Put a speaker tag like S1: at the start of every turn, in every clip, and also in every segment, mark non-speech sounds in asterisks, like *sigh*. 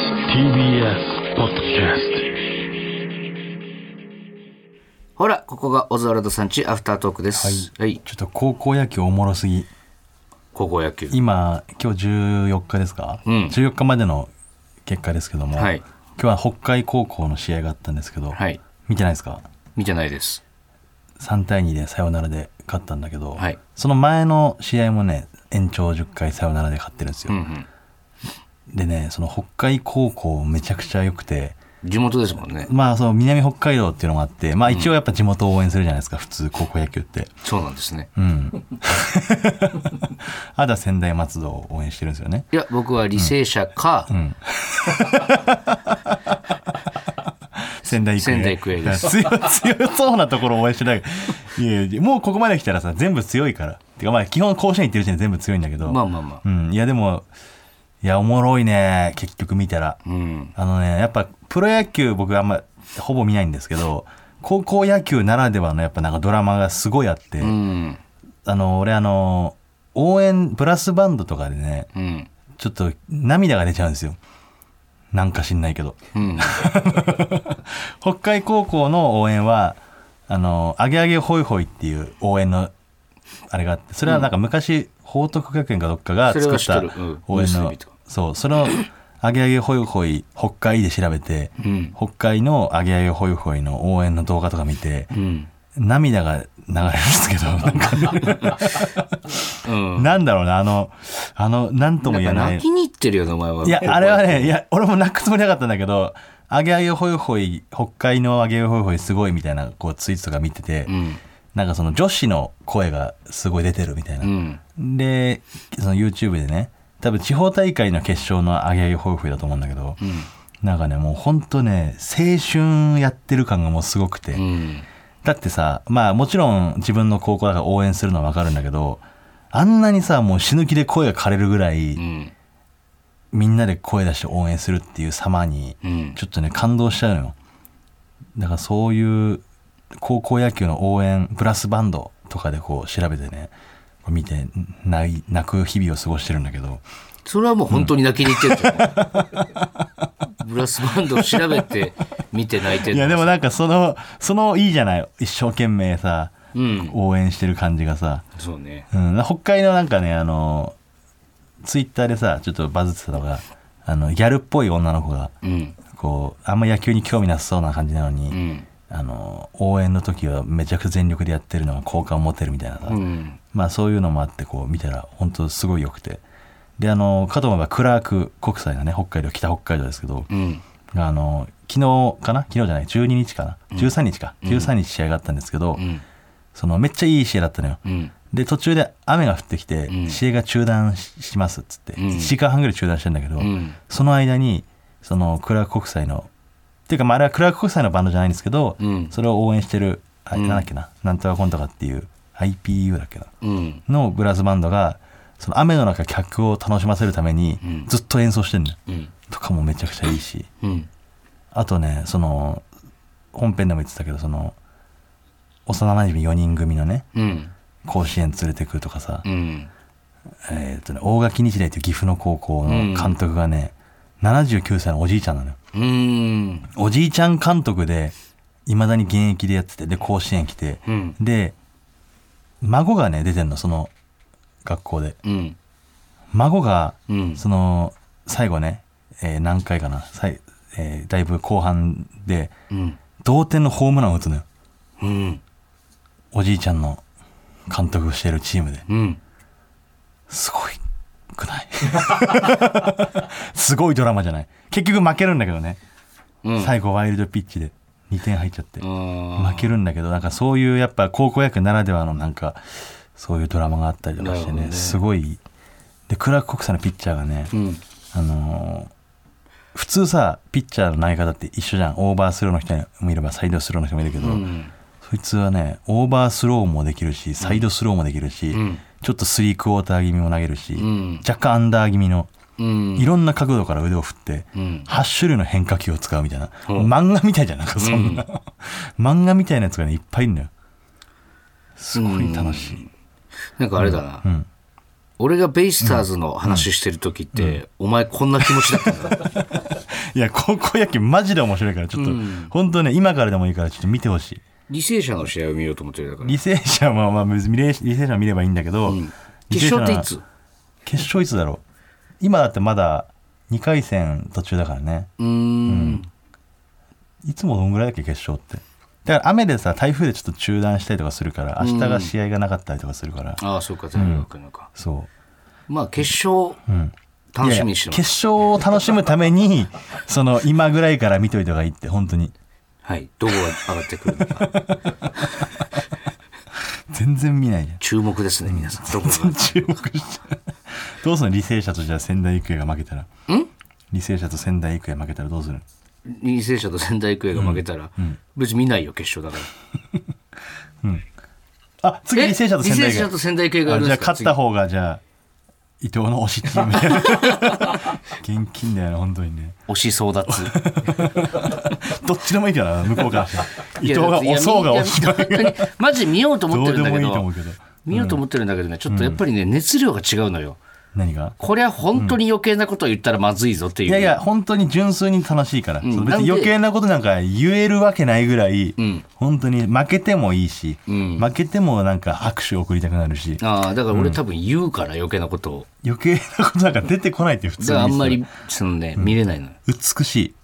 S1: TBS ポッドキャス
S2: ほら、ここがオズワルドさんちアフタートークです。はい。
S3: ちょっと高校野球おもろすぎ。
S2: 高校野球。
S3: 今、今日14日ですか、
S2: うん
S3: ?14 日までの結果ですけども、
S2: はい
S3: 今日は北海高校の試合があったんですけど、
S2: はい
S3: 見てないですか
S2: 見てないです。
S3: 3対2でサヨナラで勝ったんだけど、
S2: はい
S3: その前の試合もね延長10回サヨナラで勝ってるんです
S2: う
S3: よ、
S2: んうん。
S3: でねその北海高校めちゃくちゃ良くて
S2: 地元ですもんね。
S3: まあその南北海道っていうのもあってまあ一応やっぱ地元を応援するじゃないですか、普通高校野球って
S2: そうなんですね。
S3: うんあとは仙台松戸を応援してるんですよね
S2: いや、僕は履正社か、
S3: 仙台育英
S2: 仙台育英です
S3: *laughs* 強強そうなところを応援してないいやいやもうここまで来たらさ全部強いからてかまあ基本甲子園行ってる時点で全部強いんだけど
S2: まあまあまあ。
S3: うん、いやでもいやおもろいね結局見たら、
S2: うん。
S3: あのねやっぱプロ野球僕あんまほぼ見ないんですけど高校野球ならではのやっぱなんかドラマがすごいあって、
S2: うん。
S3: あの俺あの応援ブラスバンドとかでね
S2: うん。
S3: ちょっと涙が出ちゃうんですよなんか知んないけど
S2: うん。
S3: 北海高校の応援はあのアゲアゲホイホイっていう応援のあれがあってそれはなんか昔、報徳学園かどっかが作っ
S2: それは
S3: た
S2: 知ってるうん
S3: 応援
S2: ニュースで
S3: の、
S2: 見た
S3: そうそのアゲアゲホイホイ北海で調べて、
S2: うん
S3: 北海のアゲアゲホイホイの応援の動画とか見て
S2: うん。
S3: 涙が流れるんですけどなんか
S2: うん。
S3: なんだろうなあのあのなんとも言
S2: な
S3: え
S2: んか
S3: ない
S2: 泣きに行ってるよな、お前は。
S3: いや、あれはね、いや、俺も泣くつもりなかったんだけど、あげあげホイホイ、北海のあげあげホイホイすごいみたいな、こう、ツイートとか見てて、
S2: うん。
S3: なんかその女子の声がすごい出てるみたいな。
S2: うん。
S3: で、その YouTube でね、多分地方大会の決勝のあげあげホイホイだと思うんだけど、
S2: うん。
S3: なんかね、もうほんとね、青春やってる感がもうすごくて、
S2: うん。
S3: だってさ、まあもちろん自分の高校だから応援するのはわかるんだけど、あんなにさ、もう死ぬ気で声が枯れるぐらい、
S2: うん。
S3: みんなで声出して応援するっていう様に、
S2: うん。
S3: ちょっとね感動しちゃうのよだからそういう高校野球の応援ブラスバンドとかでこう調べてねこう見て泣い泣く日々を過ごしてるんだけど
S2: それはもう本当に泣きに行ってると思うブラスバンドを調べて見て泣いてる
S3: いやでもなんかそのそのいいじゃない一生懸命さ
S2: うん
S3: 応援してる感じがさ、
S2: そうね
S3: うん、北海のなんかねあのツイッターでさちょっとバズってたのがあのギャルっぽい女の子が
S2: うん
S3: こうあんま野球に興味なさそうな感じなのに、
S2: うん
S3: あの応援の時はめちゃくちゃ全力でやってるのが好感を持てるみたいなさ、
S2: うん
S3: まあそういうのもあってこう見たら本当すごい良くてであのかと思えばクラーク国際がね北海道北北海道ですけど、
S2: うん
S3: あの昨日かな昨日じゃない12日かな13日か、13日試合があったんですけど、
S2: うん
S3: そのめっちゃいい試合だったのよ、
S2: うん
S3: で途中で雨が降ってきて、
S2: うん
S3: 試合が中断ししますっつって、
S2: ん
S3: 1時間半ぐらい中断してんだけど、
S2: うん
S3: その間にそのクラーク国際のっていうかまああれはクラーク国際のバンドじゃないんですけど、
S2: うん
S3: それを応援してるあ
S2: うん
S3: なんだっけな、なんとかコンとかっていう IPU だっけな
S2: うん
S3: のブラスバンドがその雨の中客を楽しませるために
S2: うん
S3: ずっと演奏してるのよ、
S2: うん
S3: とかもめちゃくちゃいいし
S2: うん
S3: あとねその本編でも言ってたけどその幼馴染4人組のね
S2: うん
S3: 甲子園連れてくるとかさ、
S2: うん
S3: えーっとね、大垣日大という岐阜の高校の監督がね、79歳のおじいちゃんなのよ
S2: うん
S3: おじいちゃん監督でいまだに現役でやっててで甲子園来て
S2: うん
S3: で孫がね出てんのその学校で
S2: うん
S3: 孫が
S2: うん
S3: その最後ね、えー何回かなさい、えーだいぶ後半で
S2: うん
S3: 同点のホームランを打つのよ
S2: うん
S3: おじいちゃんの監督してるチームで
S2: うん
S3: すごいくないすごいドラマじゃない結局負けるんだけどね、
S2: うん
S3: 最後ワイルドピッチで2点入っちゃって
S2: あ
S3: 負けるんだけどなんかそういうやっぱ高校野球ならではのなんかそういうドラマがあったりとかして
S2: なるほ
S3: ね
S2: どね
S3: すごいでクラーク国際のピッチャーがね、
S2: ーうん
S3: あのー普通さピッチャーの投げ方って一緒じゃんオーバースローの人もいればサイドスローの人もいるけど、
S2: うん
S3: そいつはねオーバースローもできるしサイドスローもできるし、
S2: ん
S3: ちょっとスリークォーター気味も投げるし、
S2: ん
S3: 若干アンダー気味の
S2: うん
S3: いろんな角度から腕を振って、
S2: うん
S3: 8種類の変化球を使うみたいな、
S2: うん
S3: 漫画みたいじゃんなんかそんな、 *laughs* 漫画みたいなやつがねいっぱいいるのよすごい楽しい、
S2: なんかあれだな
S3: うん
S2: 俺がベイスターズの話してる時って、お前こんな *laughs* 気持ちだったんだ
S3: いや高校野球マジで面白いからちょっと、本当ね今からでもいいからちょっと見てほしい
S2: 履正社の試合を見ようと思ってるだから
S3: 履正社はまあ別に履正履正社見ればいいんだけど、
S2: 決勝っていつ
S3: 履正社は決勝いつだろう今だってまだ2回戦途中だからね
S2: うーん
S3: いつもどんぐらいだっけ決勝ってだから雨でさ台風でちょっと中断したりとかするから明日が試合がなかったりとかするから、
S2: ああそうか全部くのか、
S3: そう
S2: まあ決勝、楽しみにして
S3: いやいや
S2: ます
S3: 決勝を楽しむために *laughs* その今ぐらいから見といた方がいいって本当に
S2: はいどこが上がってくるの
S3: *laughs*
S2: か
S3: 全然見ないじゃん
S2: 注目ですね皆さんどこが
S3: 注目してどうするの履正社とじゃあ仙台育英が負けたら履正社と仙台育英負けたらどうする
S2: 履正社と仙台育英が負けたら、別に見ないよ決勝だから
S3: あ次
S2: え
S3: 履正社と仙台
S2: 履
S3: 育
S2: 正社と仙台育英
S3: 英
S2: があ
S3: あ
S2: るん
S3: じゃ
S2: で
S3: あ
S2: すか
S3: 勝った方がじゃあ伊藤の推しチー
S2: *laughs*
S3: ム現金だよね本当にね
S2: 次惜しそうだっつ
S3: どっちでもいいからな向こうからしたら *laughs* 伊
S2: いや
S3: 藤が
S2: いや
S3: 推そうが推し
S2: いやいや本当にマジ見ようと
S3: ど
S2: 思って
S3: うで
S2: るんだけ
S3: もいい
S2: ど
S3: と思うけど
S2: 見ようと思ってるんだけどねちょっとやっぱりね、熱量が違うのよ
S3: 何が
S2: これは本当に余計なことを言ったらまずいぞっていう
S3: いやいや本当に純粋に楽しいから、
S2: ん
S3: その別に
S2: なん
S3: 余
S2: で
S3: 計なことなんか言えるわけないぐらい、
S2: ん
S3: 本当に負けてもいいし、
S2: ん
S3: 負けてもなんか拍手を送りたくなるし
S2: ああだから俺多分言うから余計なことを
S3: 余計なことなんか出てこないって普
S2: だ
S3: 通
S2: からあんま
S3: に
S2: りそのね、見れないのよ
S3: 美しい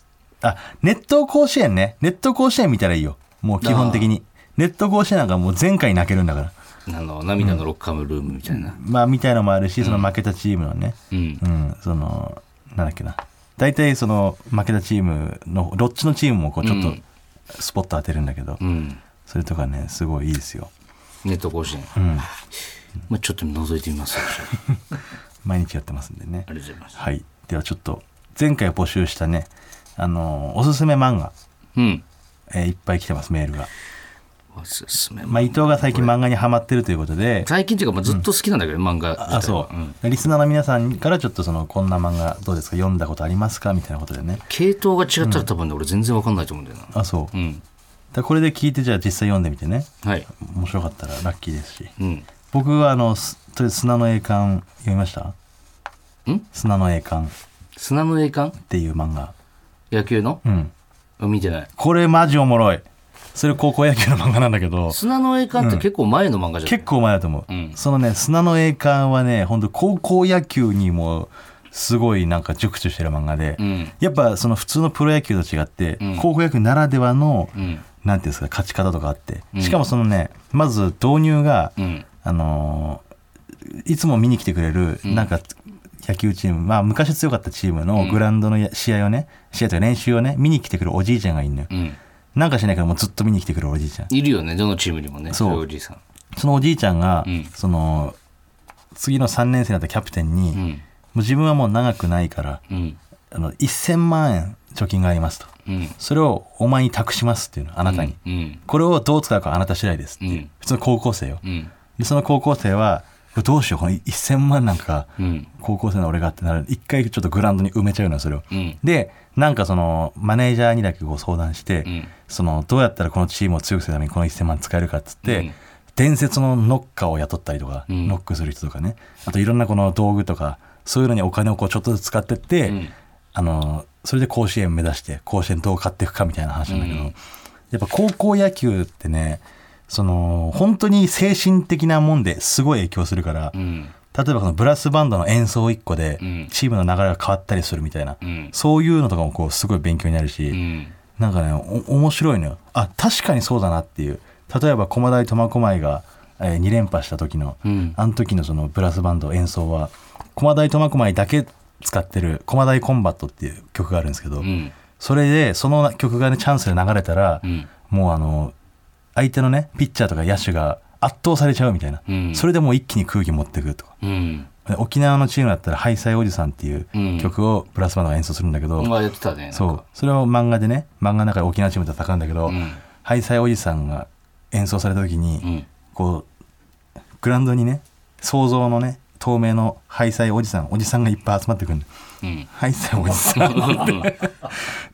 S3: あ熱湯甲子園ね熱湯甲子園見たらいいよもう基本的に熱湯甲子園なんかもう前回泣けるんだから
S2: あの涙のロッカームルームみたいな
S3: まあみたいのもあるしその負けたチームのね
S2: うん
S3: うん、そのなんだっけな大体その負けたチームのロッチのチームもこうちょっ
S2: う
S3: と
S2: ん
S3: スポット当てるんだけど、
S2: うん
S3: それとかねすごいいいですよ
S2: ネット甲子園、まあ、ちょっと覗いてみますあ
S3: 毎日やってますんで
S2: りが
S3: ね
S2: とうございます
S3: はいではちょっと前回募集したねあのーおすすめ漫画、
S2: うん
S3: えーいっぱい来てますメールが、
S2: おすすめ
S3: まあ、伊藤が最近漫画にハマってるということで
S2: 最近っていうか、まあ、ずっと好きなんだけど、漫画自体は
S3: あそう、
S2: ん
S3: リスナーの皆さんからちょっとそのこんな漫画どうですか読んだことありますかみたいなことでね
S2: 系統が違ったら多分ね、俺全然わかんないと思うんだよな
S3: あそう、
S2: う
S3: だか
S2: ん
S3: らこれで聞いてじゃあ実際読んでみてね
S2: はい
S3: 面白かったらラッキーですし
S2: うん
S3: 僕はあのすとりあえず砂の栄冠読みました
S2: ん
S3: 砂の栄冠っ
S2: 砂の栄冠
S3: ていう漫画
S2: 野球の
S3: うん
S2: 見てない
S3: これマジおもろいそれ高校野球の漫画なんだけど
S2: 砂の栄冠って結構前の漫画じゃない、
S3: 結構前だと思う、
S2: うん
S3: そのね砂の栄冠はね本当高校野球にもすごいなんか熟知してる漫画で、
S2: うん
S3: やっぱその普通のプロ野球と違って、
S2: うん
S3: 高校野球ならではの、
S2: うん
S3: なんていうんですか勝ち方とかあって、
S2: うん
S3: しかもそのねまず導入が、
S2: うん
S3: あのーいつも見に来てくれる、
S2: ん
S3: なんか野球チーム、まあ、昔強かったチームのグラウンドのや試合をね、試合というか練習をね見に来てくるおじいちゃんがいるのよ、
S2: うん
S3: なんかしないけどもうずっと見に来てくるおじいちゃん
S2: いるよねどのチームにもね
S3: そう
S2: そういうおじいさん
S3: そのおじいちゃんが、
S2: うん
S3: その次の3年生になったキャプテンに、
S2: う
S3: も
S2: ん
S3: う自分はもう長くないから
S2: うん
S3: あの1000万円貯金がありますと
S2: うん
S3: それをお前に託しますっていうのあなたに、
S2: うん
S3: これをどう使うかはあなた次第ですっていう、
S2: うん
S3: 普通の高校生よ、
S2: うん
S3: でその高校生はこれどうしようこの1000万なんか
S2: うん
S3: 高校生の俺がってなる一回ちょっとグラウンドに埋めちゃうのよそれを、
S2: うん
S3: でなんかそのマネージャーにだけご相談して、
S2: うん
S3: そのどうやったらこのチームを強くするためにこの1000万使えるかっつって、
S2: うん
S3: 伝説のノッカーを雇ったりとか、
S2: うん
S3: ノックする人とかねあといろんなこの道具とかそういうのにお金をこうちょっとずつ使ってって、
S2: うん
S3: あのそれで甲子園目指して甲子園どう買っていくかみたいな話なんだけど、
S2: うん
S3: やっぱ高校野球ってねその本当に精神的なもんですごい影響するから、
S2: うん
S3: 例えばこのブラスバンドの演奏1個で
S2: うん
S3: チームの流れが変わったりするみたいな、
S2: うん
S3: そういうのとかもこうすごい勉強になるし、
S2: うん
S3: なんかねお面白いのよあ確かにそうだなっていう例えば駒大苫小牧が、え2連覇した時の、
S2: うん
S3: あの時のそのブラスバンド演奏は駒大苫小牧だけ使ってる「駒大コンバット」っていう曲があるんですけど、
S2: うん
S3: それでその曲がねチャンスで流れたら、
S2: うん
S3: もうあの相手のねピッチャーとか野手が圧倒されちゃうみたいな、
S2: うん
S3: それでもう一気に空気持ってくるとか。
S2: うん
S3: で沖縄のチームだったら「ハイサイおじさん」っていう
S2: うん
S3: 曲をブラスバンドが演奏するんだけど、
S2: あやってたね
S3: そうそれを漫画でね漫画の中で沖縄チームと戦うんだけど、
S2: うん
S3: ハイサイおじさんが演奏された時に、
S2: うん
S3: こうグラウンドにね想像のね透明のハイサイおじさんおじさんがいっぱい集まってくるの
S2: うん
S3: ハイサイおじさん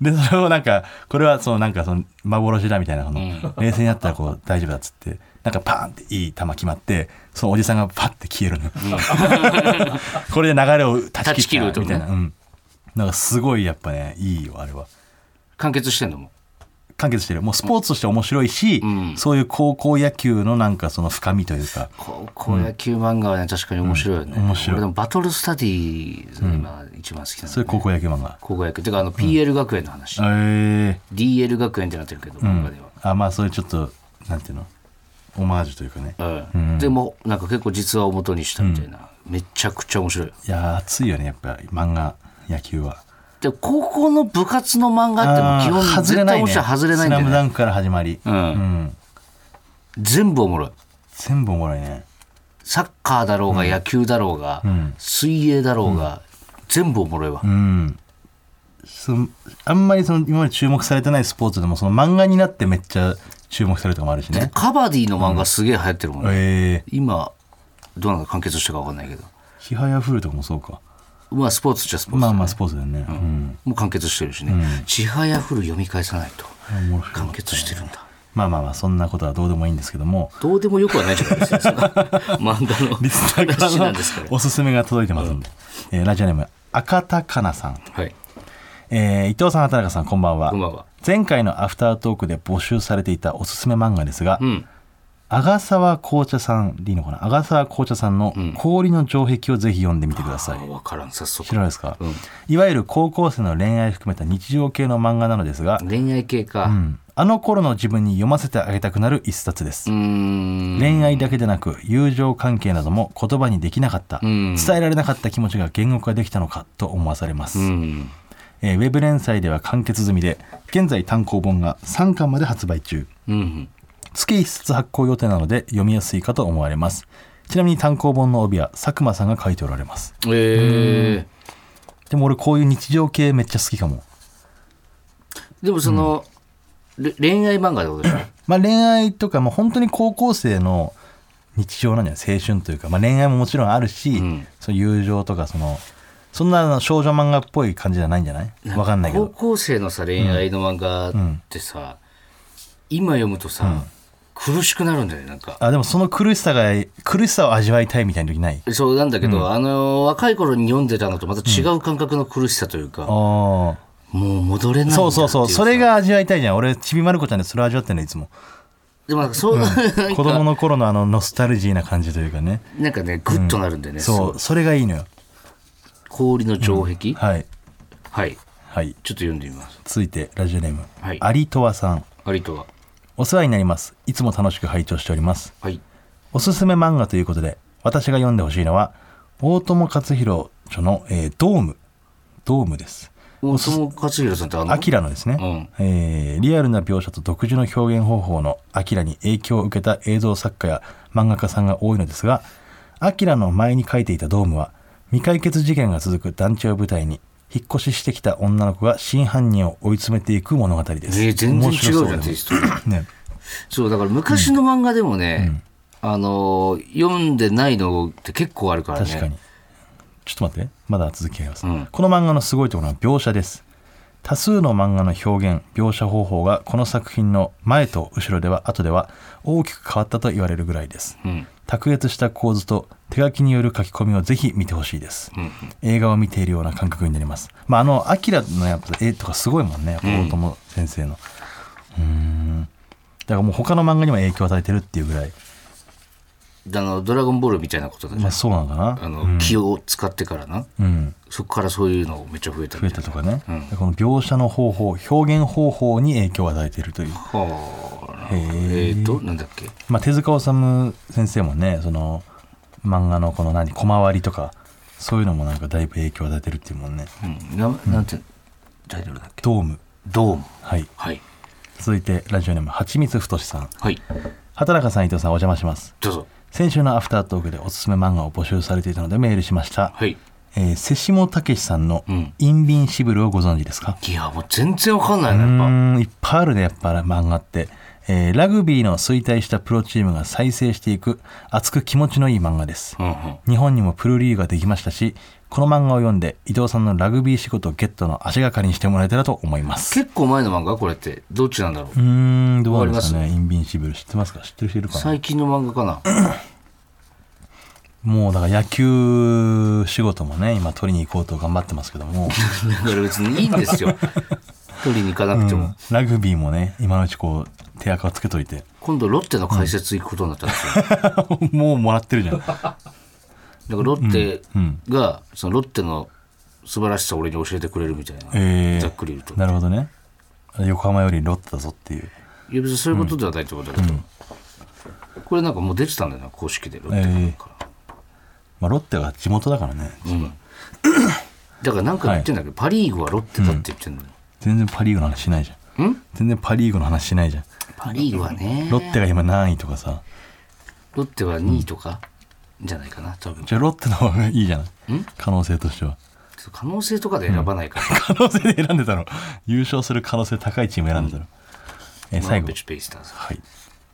S3: でそれをなんかこれはそのなんかその幻だみたいなこの、
S2: うん
S3: 冷静になったらこう大丈夫だっつってなんかパーンっていい球決まってそのおじさんがパッて消えるの *laughs* これで流れを断ち切っ
S2: 断ち切ると
S3: た
S2: ね
S3: みたいな、うん、なんかすごいやっぱねいいよあれは
S2: 完結してんのも
S3: 完結してるもうスポーツとして面白いし、
S2: うん
S3: そういう高校野球のなんかその深みというか
S2: 高校野球漫画はね確かに面白いよね、
S3: うん面白い
S2: 俺でもバトルスタディーズが今一番好きなの、ね
S3: そういう高校野球漫画、
S2: 高校野球てかあの PL 学園の話、
S3: え
S2: DL 学園ってなってるけど
S3: えう
S2: 漫画で
S3: ん
S2: は、、
S3: あまあそういうちょっとなんていうのオマージュというかね
S2: うんでもなんか結構実話を元にしたみたいな、めちゃくちゃ面白い
S3: いやー熱いよねやっぱり漫画野球は
S2: で高校の部活の漫画ってもう基
S3: あー
S2: 本絶対面白い外れないんだ
S3: スラ
S2: よ
S3: ム
S2: ね
S3: ダンクから始まり、
S2: うん
S3: うん
S2: 全部おもろい
S3: 全部おもろいね
S2: サッカーだろうが野球だろうが、
S3: ん
S2: 水泳だろうが、全部おもろいわ、
S3: うんそのあんまりその今まで注目されてないスポーツでもその漫画になってめっちゃ注目されるとかもあるし
S2: で
S3: ね
S2: カバディの漫画すげえ流行ってるもんね、
S3: ええ
S2: 今どうなの完結したか分かんないけど
S3: ー、ヒハヤフルとかもそうか
S2: まあスポーツっちゃスポーツ、
S3: まあまあスポーツだよねうん、
S2: もう完結してるしね「ちはやふる」読み返さないと
S3: 面白い
S2: 完結してるんだ
S3: まあまあまあそんなことはどうでもいいんですけども
S2: どうでもよくはないじゃない
S3: *laughs*
S2: ですかその漫画の
S3: リスナー
S2: 話
S3: か
S2: な
S3: ら
S2: ん
S3: の
S2: ですから
S3: おすすめが届いてますんで、えーラジオネーム赤田かなさん、
S2: はい
S3: えー伊藤さん畑中さんこんばんは
S2: こんばんは
S3: 前回のアフタートークで募集されていたおすすめ漫画ですが、
S2: うん
S3: 阿賀沢紅茶さんでいいのかな阿賀沢紅茶さんの「氷の城壁」をぜひ読んでみてください、
S2: 分からん早速
S3: 知らないですか、
S2: うん
S3: いわゆる高校生の恋愛含めた日常系の漫画なのですが、
S2: 恋愛系か
S3: うんあの頃の自分に読ませてあげたくなる一冊です、
S2: うーん
S3: 恋愛だけでなく友情関係なども言葉にできなかった、
S2: ん
S3: 伝えられなかった気持ちが言語化できたのかと思わされます、
S2: うん
S3: えーウェブ連載では完結済みで現在単行本が3巻まで発売中
S2: うん
S3: 月1冊発行予定なので読みやすいかと思われますちなみに単行本の帯は佐久間さんが書いておられます
S2: え
S3: でも俺こういう日常系めっちゃ好きかも
S2: ーでもそのれ恋愛漫画ってことでしょ
S3: まあ恋愛とかも本当に高校生の日常なんじゃない青春というか、まあ、恋愛ももちろんあるし、
S2: ん
S3: その友情とかそのそんなあの少女漫画っぽい感じじゃないんじゃないわかんないけ
S2: 高
S3: ど
S2: 校生のさ恋愛の漫画ってさ今読むとさ苦しくなるんだよねなんか
S3: あでもその苦しさが苦しさを味わいたいみたいな時ない
S2: そうなんだけど、あの若い頃に読んでたのとまた違う感覚の苦しさというか、
S3: あ
S2: もう戻れないんだ
S3: そうそうそう
S2: ってい
S3: それが味わいたいじゃん俺ちびまる子ちゃんでそれ味わってんのいつも
S2: でもなんかそう、なん
S3: 子
S2: か
S3: 供の頃のあのノスタルジーな感じというかね
S2: なんかねグッとなるんだよね、
S3: そ
S2: そう
S3: うそれがいいのよ
S2: 氷の城壁、はいは
S3: はい
S2: いちょ
S3: はい
S2: っと読んでみます
S3: 続いてラジオネーム、
S2: はい
S3: 有戸さん
S2: ありとは
S3: お世話になりますいつも楽しく拝聴しております
S2: はい
S3: おすすめ漫画ということで私が読んでほしいのは大友克洋著の、えードーム」ドームです
S2: 大友克洋さんってあの
S3: アキラのですね、えーリアルな描写と独自の表現方法のアキラに影響を受けた映像作家や漫画家さんが多いのですがアキラの前に書いていたドームは未解決事件が続く団地を舞台に引っ越ししてきた女の子が真犯人を追い詰めていく物語です。
S2: えー全然違うじゃん
S3: 面白そう
S2: テイスト
S3: ね、
S2: そうだから昔の漫画でもね、あの読んでないのって結構あるからね
S3: 確かにちょっと待ってまだ続きがあります、
S2: うん
S3: この漫画のすごいところは描写です多数の漫画の表現描写方法がこの作品の前と後ろでは後では大きく変わったと言われるぐらいです、
S2: うん
S3: 卓越した構図と手書きによる書き込みをぜひ見てほしいです、映画を見ているような感覚になりますまああの「アキラのやっぱ絵とかすごいもんね大友先生のうんだからもう他の漫画にも影響を与えてるっていうぐらい、
S2: あのドラゴンボールみたいなことだじゃ
S3: まあ、
S2: ん
S3: そうなのかな
S2: あの気を使ってからな、
S3: うん
S2: そこからそういうのめっちゃ増えた
S3: 増え
S2: みたい
S3: た
S2: な
S3: とかね、
S2: うん
S3: この描写の方法表現方法に影響を与えているという、
S2: はあ
S3: へえ
S2: えっ、となんだっけ
S3: まあ、手塚治虫先生もねその漫画のこの何小回りとかそういうのもなんかだいぶ影響を与えてるっていうもんね
S2: うん、ななんてタイトルだっけ
S3: ドーム
S2: ドーム
S3: はい
S2: はい
S3: 続いてラジオネームはちみつふとしさん
S2: はい
S3: 畑中さん伊藤さんお邪魔します
S2: どうぞ
S3: 先週のアフタートークでおすすめ漫画を募集されていたのでメールしました、
S2: はい
S3: えー瀬下武さんの
S2: うん
S3: 「インビンシブル」をご存知ですか
S2: いやもう全然わかんない
S3: うん
S2: なやっ
S3: いっぱいあるねやっぱ漫画って、えーラグビーの衰退したプロチームが再生していく熱く気持ちのいい漫画です、
S2: うんうん
S3: 日本にもプルリーグができましたしこの漫画を読んで伊藤さんのラグビー仕事ゲットの足がかりにしてもらえたらと思います
S2: 結構前の漫画これってどっちなんだろう
S3: うーんどうなんですか
S2: わ
S3: ねインビンシブル知ってますか知ってる人いるかな
S2: 最近の漫画かな *laughs*
S3: もうだから野球仕事もね今取りに行こうと頑張ってますけども、
S2: だから別にいいんですよ取りに行かなくても、
S3: うんラグビーもね今のうちこう手垢をつけといて *laughs*
S2: 今度ロッテの解説行くことになったんですよ、
S3: もうもらってるじゃん
S2: だからロッテ
S3: うん
S2: がそのロッテの素晴らしさを俺に教えてくれるみたいな、
S3: えー
S2: ざっくり言うと
S3: なるほどね横浜よりロッテだぞっていう
S2: いや別にそういうことではないってことだけど、これなんかもう出てたんだよな公式でロッテのから、
S3: まあロッテが地元だからね
S2: うん、だからなんか言ってんだけど、パ・リーグはロッテだって言ってんのよ、
S3: 全然パ・リーグの話しないじゃん
S2: ん
S3: 全然パ・リーグの話しないじゃん
S2: パ・リーグはね
S3: ロッテが今何位とかさ
S2: ロッテは2位とかじゃないかな多分
S3: じゃあロッテの方がいいじゃない可能性としては
S2: 可能性とかで選ばないから、
S3: 可能性で選んでたの優勝する可能性高いチーム選んでたの、えー
S2: まあ
S3: 最後
S2: ベチペイスターズ
S3: はい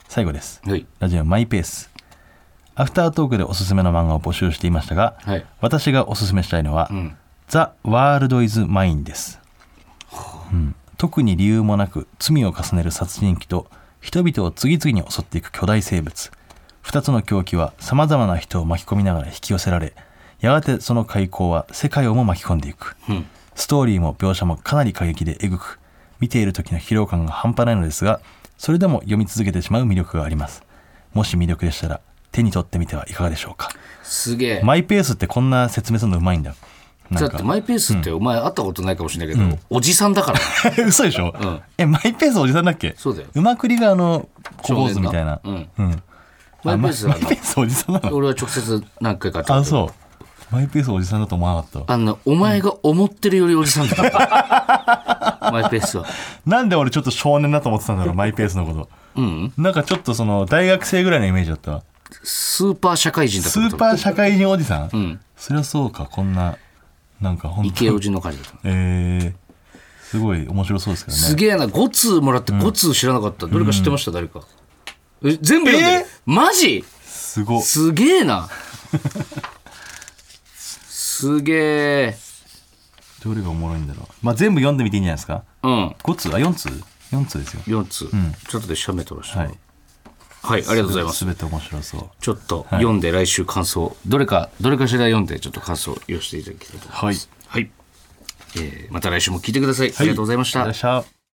S3: 最後です
S2: はい
S3: ラジオネームマイペースアフタートークでおすすめの漫画を募集していましたが、
S2: はい
S3: 私がおすすめしたいのは「
S2: うん
S3: ザ・ワールド・イズ・マイン」です、うん特に理由もなく罪を重ねる殺人鬼と人々を次々に襲っていく巨大生物2つの狂気はさまざまな人を巻き込みながら引き寄せられやがてその開口は世界をも巻き込んでいく、
S2: うん
S3: ストーリーも描写もかなり過激でえぐく見ている時の疲労感が半端ないのですがそれでも読み続けてしまう魅力がありますもし魅力でしたら手に取ってみてはいかがでしょうか
S2: すげえ
S3: マイペースってこんな説明するのうまいんだな
S2: だ
S3: ん
S2: って
S3: か
S2: マイペースってお前会ったことないかもしれないけど、おじさんだから
S3: *laughs* 嘘でしょ、
S2: ん
S3: えマイペースおじさんだっけ
S2: そうだよ
S3: うまくりがあの小坊主みたいな
S2: 少年
S3: うん
S2: マ
S3: あ
S2: イペ
S3: マイ
S2: ースは
S3: *laughs*
S2: あ
S3: マイペースおじさんな
S2: の
S3: の
S2: 俺は直接何回か会った
S3: あ
S2: けど
S3: そうマイペースおじさんだと思わなかったわ
S2: あのお前が思ってるよりおじさんだ
S3: *laughs*
S2: から、マイペースは
S3: なんで俺ちょっと少年だと思ってたんだろうマイペースのこと
S2: うん
S3: なんかちょっとその大学生ぐらいのイメージだったわ
S2: スーパー社会人だ
S3: ス
S2: と思っ
S3: ー
S2: た
S3: パー社会人おじさん、
S2: ん
S3: そりゃそうかこんななんか本当
S2: 池おじの感じだった
S3: えー、すごい面白そうですけどね
S2: すげえな5通もらって5通知らなかった、どれか知ってました誰かえ全部読んでる、
S3: えー
S2: マジ
S3: すご
S2: すげえ
S3: *laughs*
S2: なすげえ
S3: どれがおもろいんだろう、まあ、全部読んでみていいんじゃないですか
S2: うん
S3: 5通あ4通4通ですよ
S2: 4通、
S3: ん
S2: ちょっとで写メ撮らせて
S3: は
S2: はいい、ありがとうございます
S3: べて面白そう
S2: ちょっと読んで来週感想、どれかどれかしら読んでちょっと感想を寄せていただきたいと思いますはい、えーまた来週も聞いてください、ありがとうございまし
S3: あ
S2: た
S3: りがとうございました